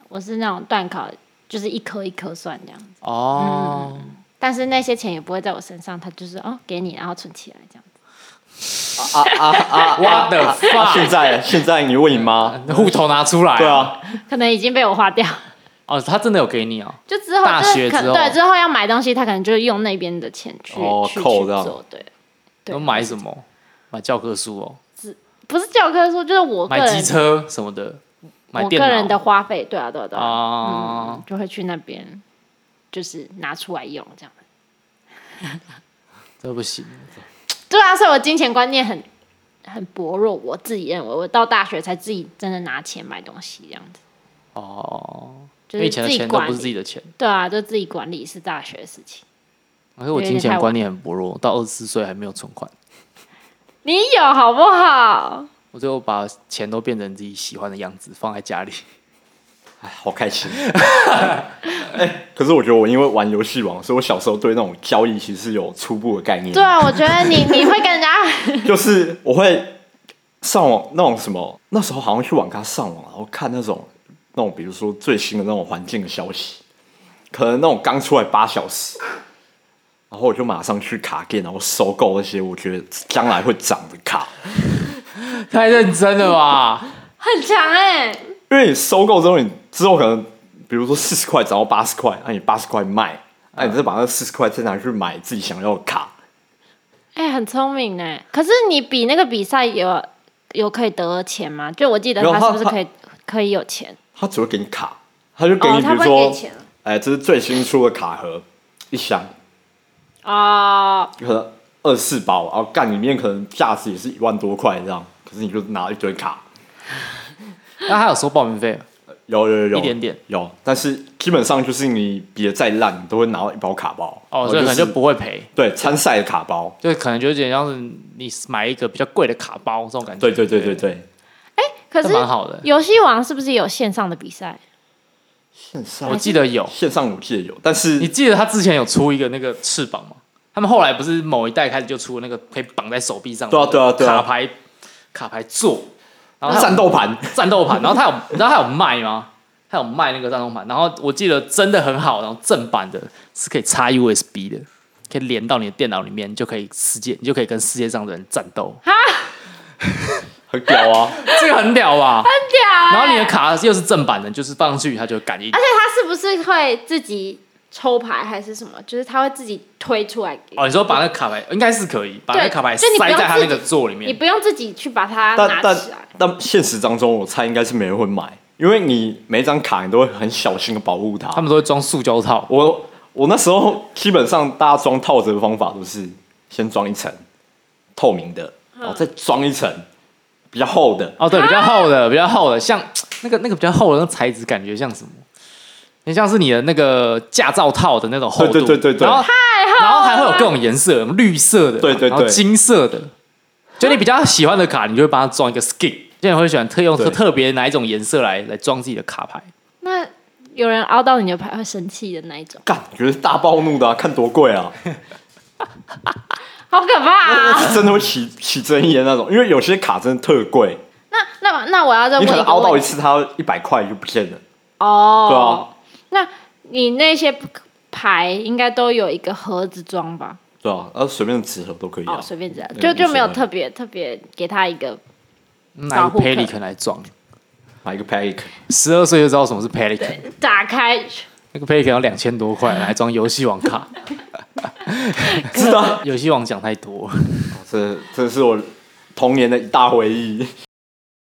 S1: 我是那种段考就是一颗一颗算这样子，嗯
S2: 哦，
S1: 但是那些钱也不会在我身上，他就是哦给你，然后存起来这样子。
S2: 我的
S3: 啊、
S2: fuck，
S3: 现在现在你问 你妈，
S2: 户头拿出来。
S3: 对，啊，
S1: 可能已经被我花掉，
S2: 哦，他真的有给你哦。
S1: 就之后
S2: 大
S1: 就是
S2: 学
S1: 可
S2: 之后
S1: 对之后要买东西，他可能就用那边的钱去、
S3: 哦
S1: 去去
S3: 扣这样
S1: 做，对对
S2: 都，买什么？买教科书哦，
S1: 不是教科书，就是我个
S2: 买机
S1: 人
S2: 车什么的，买
S1: 我
S2: 电
S1: 个
S2: 脑。
S1: 人的花费，对啊对啊对啊，
S2: 啊、
S1: 就会去那边就是拿出来用这样。
S2: 这不行。
S1: 对啊，所以我金钱观念很很薄弱，我自己认为，我到大学才自己真的拿钱买东西这样子，
S2: 哦，
S1: 就
S2: 因为
S1: 是自己
S2: 以前的钱都
S1: 管
S2: 不是自
S1: 理。
S2: 己的钱，
S1: 对啊，就自己管理是大学的事情。
S2: 可是我
S1: 有
S2: 金
S1: 点太
S2: 钱
S1: 晚
S2: 观念很薄弱，到二十四岁还没有存款，
S1: 你有好不好？
S2: 我最后把钱都变成自己喜欢的样子，放在家里。
S3: 哎，好开心。 哎、可是我觉得我因为玩游戏王，所以我小时候对那种交易其实是有初步的概念
S1: 对，啊，我觉得你 你会跟人家
S3: 就是我会上网那种什么，那时候好像去网咖上网，然后看那种那种比如说最新的那种环境的消息，可能那种刚出来八小时。然后我就马上去卡店，然后收购那些我觉得将来会涨的卡。
S2: 太认真了吧？
S1: 很强哎、
S3: 因为你收购之后，你之后可能比如说四十块涨到八十块，那、你八十块卖，那、你再把那四十块再拿去买自己想要的卡。
S1: 哎、很聪明哎、可是你比那个比赛有有可以得钱吗？就我记得
S3: 没有
S1: 他
S3: 他
S1: 是不是
S3: 他
S1: 可以可以有钱？
S3: 他只会给你卡，他就给你、
S1: 哦，
S3: 比
S1: 他
S3: 如
S1: 不会
S3: 说
S1: 给，钱
S3: 哎、这是最新出的卡盒，一箱，
S1: 哦，
S3: 可能二四包，然后干里面可能价值也是一万多块这样，可是你就拿一堆卡，
S2: 那他有收报名费吗？
S3: 有有有有
S2: 一点点
S3: 有，但是基本上就是你比的再烂，你都会拿到一包卡包
S2: 哦，所以可能
S3: 就
S2: 就是不会赔，
S3: 对参赛的卡包，
S2: 就可能就有点像是你买一个比较贵的卡包这种感觉。
S3: 对对对对，
S2: 哎
S1: 可
S3: 对，
S2: 这
S1: 是
S2: 蛮好的。
S1: 游戏王是不是有线上的比赛？
S3: 线
S2: 我
S3: 上
S2: 记得有，
S3: 线上我记得有，但是
S2: 你记得他之前有出一个那个翅膀吗？他们后来不是某一代开始就出那个可以绑在手臂上的
S3: 对啊对啊对啊
S2: 卡牌卡牌座，然后它有
S3: 战斗盘
S2: 战斗盘，然后他有，你知道他有卖吗？他有卖那个战斗盘，然后我记得真的很好，然后正版的是可以插 USB 的，可以连到你的电脑里面，你就可以世界，你就可以跟世界上的人战斗，
S3: 很屌啊，
S2: 这个很屌吧？
S1: 真假
S2: 然后你的卡又是正版的，就是放上去它就感应
S1: 而。且他是不是会自己抽牌还是什么？就是他会自己推出来给你，
S2: 哦，你说把那个卡牌应该是可以把那个卡牌
S1: 就你不
S2: 塞
S1: 用
S2: 在他
S1: 自
S2: 那
S1: 己
S2: 个座里
S1: 你
S2: 面，
S1: 不用自己去把它
S3: 但
S1: 拿
S3: 但
S1: 起来。
S3: 但现实当中，我猜应该是没人会买，因为你每一张卡你都会很小心的保护它
S2: 他。们都会装塑胶套。
S3: 我我那时候基本上大家装套子的方法都是先装一层透明的，
S1: 嗯
S3: 然后再装一层比较厚的，
S2: 哦，对，比较
S1: 啊
S2: 厚的，比较厚的，像那个那个比较厚的那个材质，感觉像什么？很像是你的那个驾照套的那种厚度，
S3: 对对对对对
S2: 然后然后还会有各种颜色，绿色的，
S3: 对对对
S2: 然后金色的，就你比较喜欢的卡，你就会帮它装一个 skin。有人会喜欢特用
S3: 对
S2: 特特别哪一种颜色来来装自己的卡牌，
S1: 那有人凹到你的牌会生气的那一种，
S3: 干，觉得大暴怒的、啊，看多贵啊！
S1: 好可怕、
S3: 那
S1: 啊！
S3: 是真的会起起争议的那种，因为有些卡真的特贵，
S1: 那那那我要再
S3: 你
S1: 问
S3: 可
S1: 一
S3: 能
S1: 个
S3: 凹到
S1: 问
S3: 一
S1: 题
S3: 次它一百块就不见了。
S1: 哦，对啊。那你那些牌应该都有一个盒子装吧？
S3: 对啊，然后随便纸盒都可以啊
S1: 哦，。随便这样，
S3: 嗯
S1: 就就没有
S3: 无所谓
S1: 特别特别给他一个保
S2: 拿一个
S1: 护壳
S2: pelican 来装。
S3: 买一 个 pack，
S2: 十二岁就知道什么是 pelican，
S1: 打开，
S2: 那个 pelican 要两千多块来装游戏王卡，
S3: 是的，
S2: 游戏王讲太多。
S3: 这这是我童年的一大回忆。